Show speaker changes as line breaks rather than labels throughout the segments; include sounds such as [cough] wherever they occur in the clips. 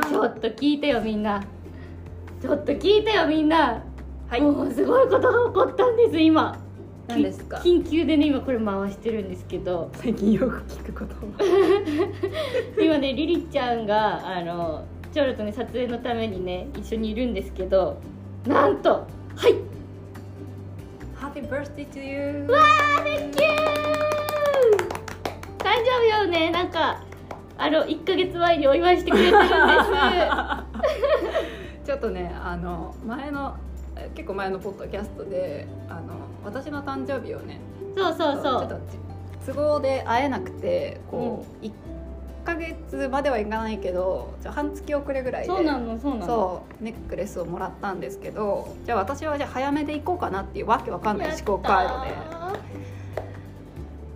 聞いてよみんなちょっと聞いてよみんな、もうすごいことが起こったんです今
何ですか
き緊急でね今これ回してるんですけど
最近よく聞くこと
今ねリリちゃんがあのチョロとね撮影のためにね一緒にいるんですけどなんとはい
ハッピーバースデー to you
わーでっけー誕生日をねなんかあの1か月前にお祝いしてくれてるんです
[laughs] ちょっとねあの前のえ結構前のポッドキャストであの私の誕生日をね
そうそうそ
ちょ
う
っと都合で会えなくてこう、一1か月まではいかないけどちょ半月遅れぐらいで
そうなのそうなの
そうネックレスをもらったんですけどじゃあ私はじゃあ早めで行こうかなっていうわけわかんない
やっ
思
たー
考回路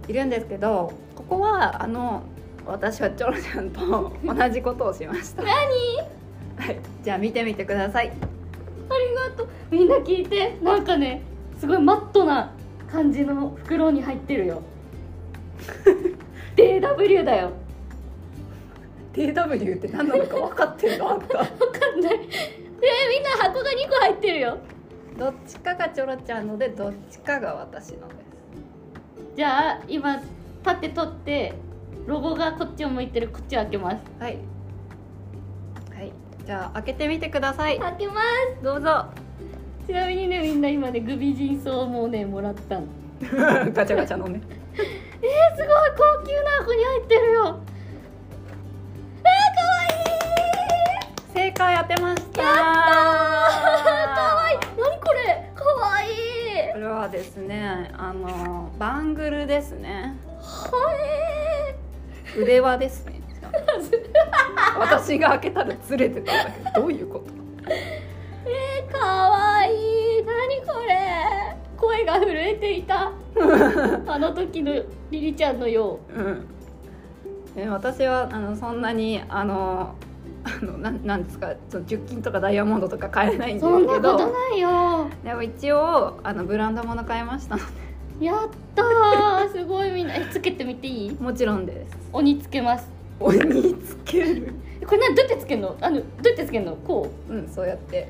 でいるんですけどここはあの私はチョロちゃんと [laughs] 同じことをしました何、はい、じゃあ見てみてください
ありがとうみんな聞いてなんかねすごいマットな感じの袋に入ってる [laughs] よ DW だよ
TW って何なのか分かってるのあん [laughs] た
わかんないえー、みんな箱が2個入ってるよ
どっちかがチョロちゃんのでどっちかが私のです
じゃあ今立って取ってロゴがこっちを向いてるこっちを開けます
はいはいじゃあ開けてみてください
開けま
どうぞ
すちなみにねみんな今ねグビジンソウもねもらったの
[laughs] ガチャガチャのね
えー、すごい高級な箱に入ってるよえ
正解当てまし
ー、か
た
[laughs] わいいやったーかわいい何これかわいい
これはですねあのバングルですね
はえ
腕輪ですね [laughs] 私が開けたらずれてたんだけどどういうこと
ー、えー、かわいい何これ声が震えてい [laughs] たあの時のリリちゃんのよう
うんえ私はあのそんなにあのあのなんなんですかその10金とかダイヤモンドとか買えないんです
そんな
け
こと
ど
ないよ
でも一応あのブランドもの買いましたので
やったーすごいみんなえつけてみていい
もちろんです
鬼つけます
鬼つける
これ何どうやってつけんのあのどうやってつけんのこう
うんそうやって、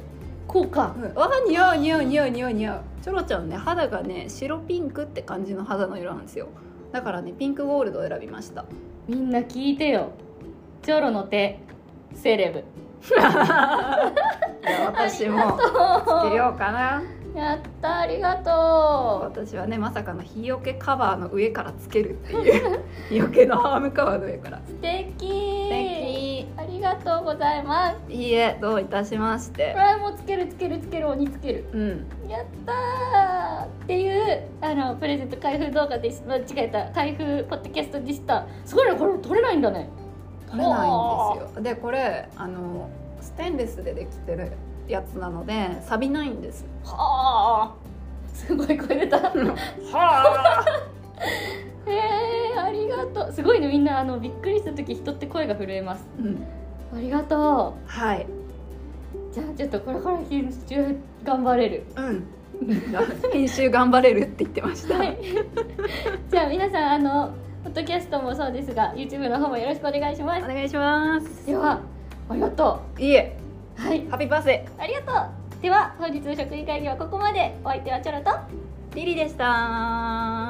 こうか
うん、わあ似合う似合う似合う似合う似合うチョロちゃんね肌がね白ピンクって感じの肌の色なんですよだからねピンクゴールドを選びました
みんな聞いてよチョロの手セレブ
じゃあ私もつけようかな
[laughs] やったありがと
私はねまさかの日よけカバーの上からつけるっていう日よけのアームカバーの上から
う素敵
[laughs] 素敵
ありがとうございます
いいえどういたしまして
これもうつけるつけるつける鬼つける
うん
やったーっていうあのプレゼント開封動画でし間違えた開封ポッドキャストでしたすごいねこれ取れないんだね
取れないんですよでこれあのステンレスでできてるやつなので錆びないんです
はあすごい声出た
はあ
へえありがとうすごいねみんなあのびっくりした時人って声が震えます
[laughs] うん
ありがと
はい、
うじゃあちょっとこれから編集頑張れる
うん、編集頑張れるって言ってました、
はい [laughs] じゃあ皆さんあのポッドキャストもそうですが YouTube の方もよろしくお願いしま
お
す
願いします
ではありがと
いいえ
うはい
ハッピーバースデ
ありがとうでは本日の職員会議はここまでお相手はチョロと
ーリリでした